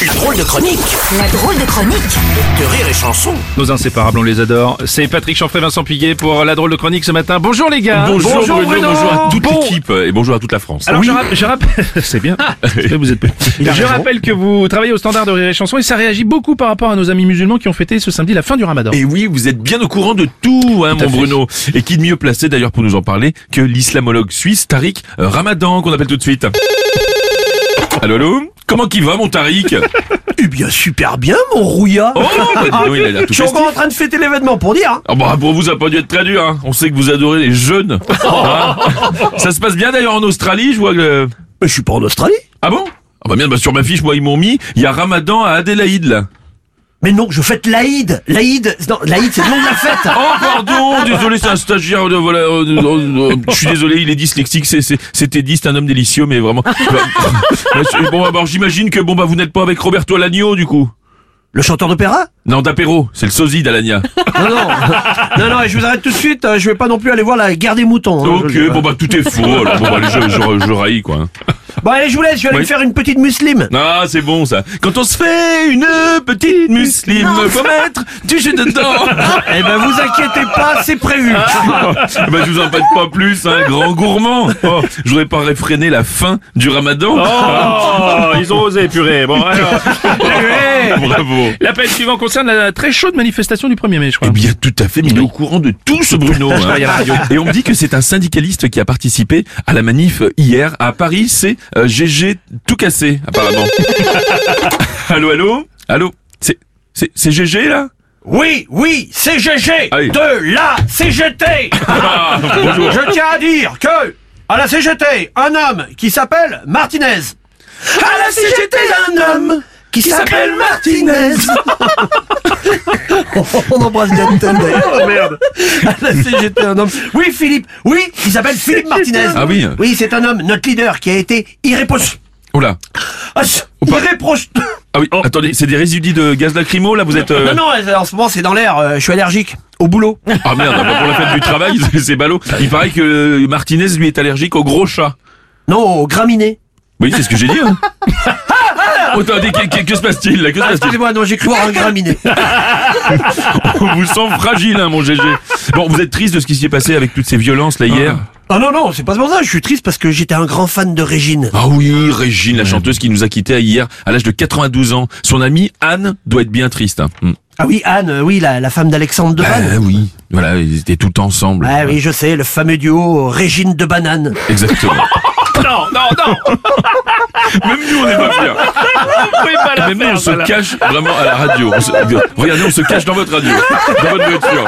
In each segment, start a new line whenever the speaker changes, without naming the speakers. La drôle de chronique
La drôle de chronique
de Rire et Chanson.
Nos inséparables, on les adore. C'est Patrick Chanfray, Vincent Piguet pour la drôle de chronique ce matin. Bonjour les gars.
Bonjour, Bruno, bonjour à toute
Bon.
l'équipe Ah. et bonjour à toute la France.
Alors je, rap- je rappelle, c'est bien. J'espère que vous êtes. Je rappelle que vous travaillez au standard de rire et chanson et ça réagit beaucoup par rapport à nos amis musulmans qui ont fêté ce samedi la fin du Ramadan.
Et oui, vous êtes bien au courant de tout, hein,
Tout à fait.
mon Bruno. Et qui de mieux placé d'ailleurs pour nous en parler que l'islamologue suisse Tariq Ramadan, qu'on appelle tout de suite. Allô, allô Comment qu'il va, mon Tariq
Eh bien, super bien, mon rouillard.
Oh, bah, dis donc, il a l'air tout
Je suis
festif.
encore en train de fêter l'événement pour dire. hein.
Ah bah, pour vous, ça a pas dû être très dur. Hein. On sait que vous adorez les jeunes. Hein ça se passe bien d'ailleurs en Australie, je vois que...
Mais je suis pas en Australie.
Ah bon Ah bah merde, bah, sur ma fiche, moi, ils m'ont mis, il y a Ramadan à Adélaïde, là.
Mais non, je fête l'Aïd. L'Aïd, non, l'Aïd, c'est le nom de la fête.
Oh pardon, désolé, c'est un stagiaire. De, voilà, euh, de- de- de- je suis désolé, il est dyslexique. c'est- c'est- C'était dit, c'est un homme délicieux, mais vraiment. Bah, bah, c'est- bon, alors j'imagine que bon bah vous n'êtes pas avec Roberto Alagno du coup.
Le chanteur d'opéra
Non, d'apéro, c'est le sosie d'Alagna.
Non, non. Non, non, et je vous arrête tout de suite. euh, Je vais pas non plus aller voir la guerre des
Oh,
moutons. hein,
Ok,
je le dis,
bon bah tout est faux. Alors, bon bah je, je, je raille quoi.
ouais. Bon, allez, je vous laisse. Je vais aller
Oui.
me faire une petite muslime.
Ah, c'est bon ça. Quand on se fait une petite muslime, faut mettre du jus dedans.
Eh ben, vous inquiétez pas, c'est prévu.
Eh ben, je vous en pâte pas plus, hein, grand gourmand. Oh, je voudrais pas réfréner la fin du ramadan.
Oh, ils ont osé purée. Bon alors.
Bravo.
L'appel suivant concerne la très chaude manifestation du 1er mai, je crois.
Eh bien, tout à fait, mais il est au courant de tout ce Bruno. hein. Et on me dit que c'est un syndicaliste qui a participé à la manif euh, hier à Paris. C'est euh, GG tout cassé, apparemment. allô, allô Allô C'est c'est- c'est GG, là
Oui, oui, CGG
Allez.
de la CGT.
Ah,
Je tiens à dire que, à la CGT, un homme qui s'appelle Martinez. À la CGT, un homme qui s'appelle Martinez. On embrasse Denton Oh merde. À la CGT, un homme. Oui, Philippe. Oui, il s'appelle Philippe Martinez.
Ah oui.
Oui, c'est un homme, notre leader, qui a été irréproche. euh,
Oh là
Irréproche.
Ah oui, attendez, c'est des résidus de gaz lacrymo, là Vous êtes... euh,
Non, non, en ce moment, c'est dans l'air. euh, Je suis allergique. Au boulot.
Ah merde, ah bah, pour la fête du travail, c'est- c'est ballot. Il paraît que euh, Martinez, lui, est allergique aux gros chats.
Non, au graminé.
Oui, c'est ce que j'ai dit. Hein. Oh, attendez, que, que- que se passe-t-il là Que se
Ah,
passe-t-il
Excusez-moi, non, j'ai cru voir un graminé.
On vous sent fragile, hein, mon GG. Bon, vous êtes triste de ce qui s'est passé avec toutes ces violences, là, hier
Ah non, non, c'est pas pour ça, je suis triste parce que j'étais un grand fan de Régine.
Ah oui, Régine, la chanteuse qui nous a quittés hier, à l'âge de 92 ans. Son amie, Anne, doit être bien triste. Hein. Mm.
Ah oui, Anne, euh, oui, la, la femme d'Alexandre de Banane.
Ah oui. Voilà, ils étaient tout ensemble.
Ah oui, je sais, le fameux duo Régine de Banane.
Exactement.
Non, non, non.
Même nous, on est pas bien.
Vous pouvez pas la
Même nous,
faire,
on se
celle-là.
cache vraiment à la radio. On se- Regardez, on se cache dans votre radio. Dans votre voiture.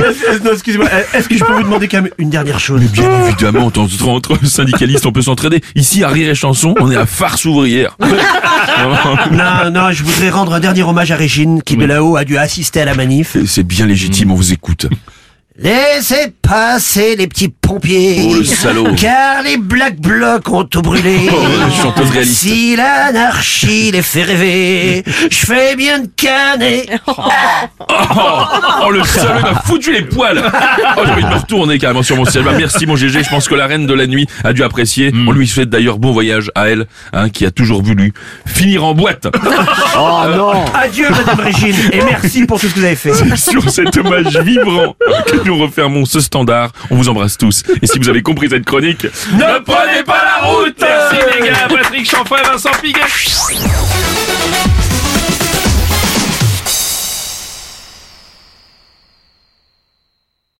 Euh, non, excusez-moi, est-ce que je peux vous demander quand même une dernière chose
Bien évidemment, on t'en- entre syndicalistes, on peut s'entraider. Ici, à Rire et Chanson, on est à farce ouvrière.
Non, non, je voudrais rendre un dernier hommage à Régine qui de là-haut a dû assister à la manif.
Et C'est bien légitime, on vous écoute.
Laissez passer les petits pompiers.
Oh, le salaud.
Car les Black Blocs ont tout brûlé.
Oh, la chanteuse réaliste.
Si l'anarchie les fait rêver, je fais bien de canner.
Oh, oh, le salaud il m'a foutu les poils Oh j'ai envie de me retourner carrément sur mon siège. Bah, merci mon GG, je pense que la reine de la nuit a dû apprécier. On lui souhaite d'ailleurs bon voyage à elle, hein, qui a toujours voulu finir en boîte.
Adieu, Madame Régine, et merci pour tout ce que vous avez fait.
sur cet hommage vibrant que nous refermons ce standard. On vous embrasse tous. Et si vous avez compris cette chronique, ne prenez pas la route
Merci les gars, Patrick Chanfray, Vincent Piguet.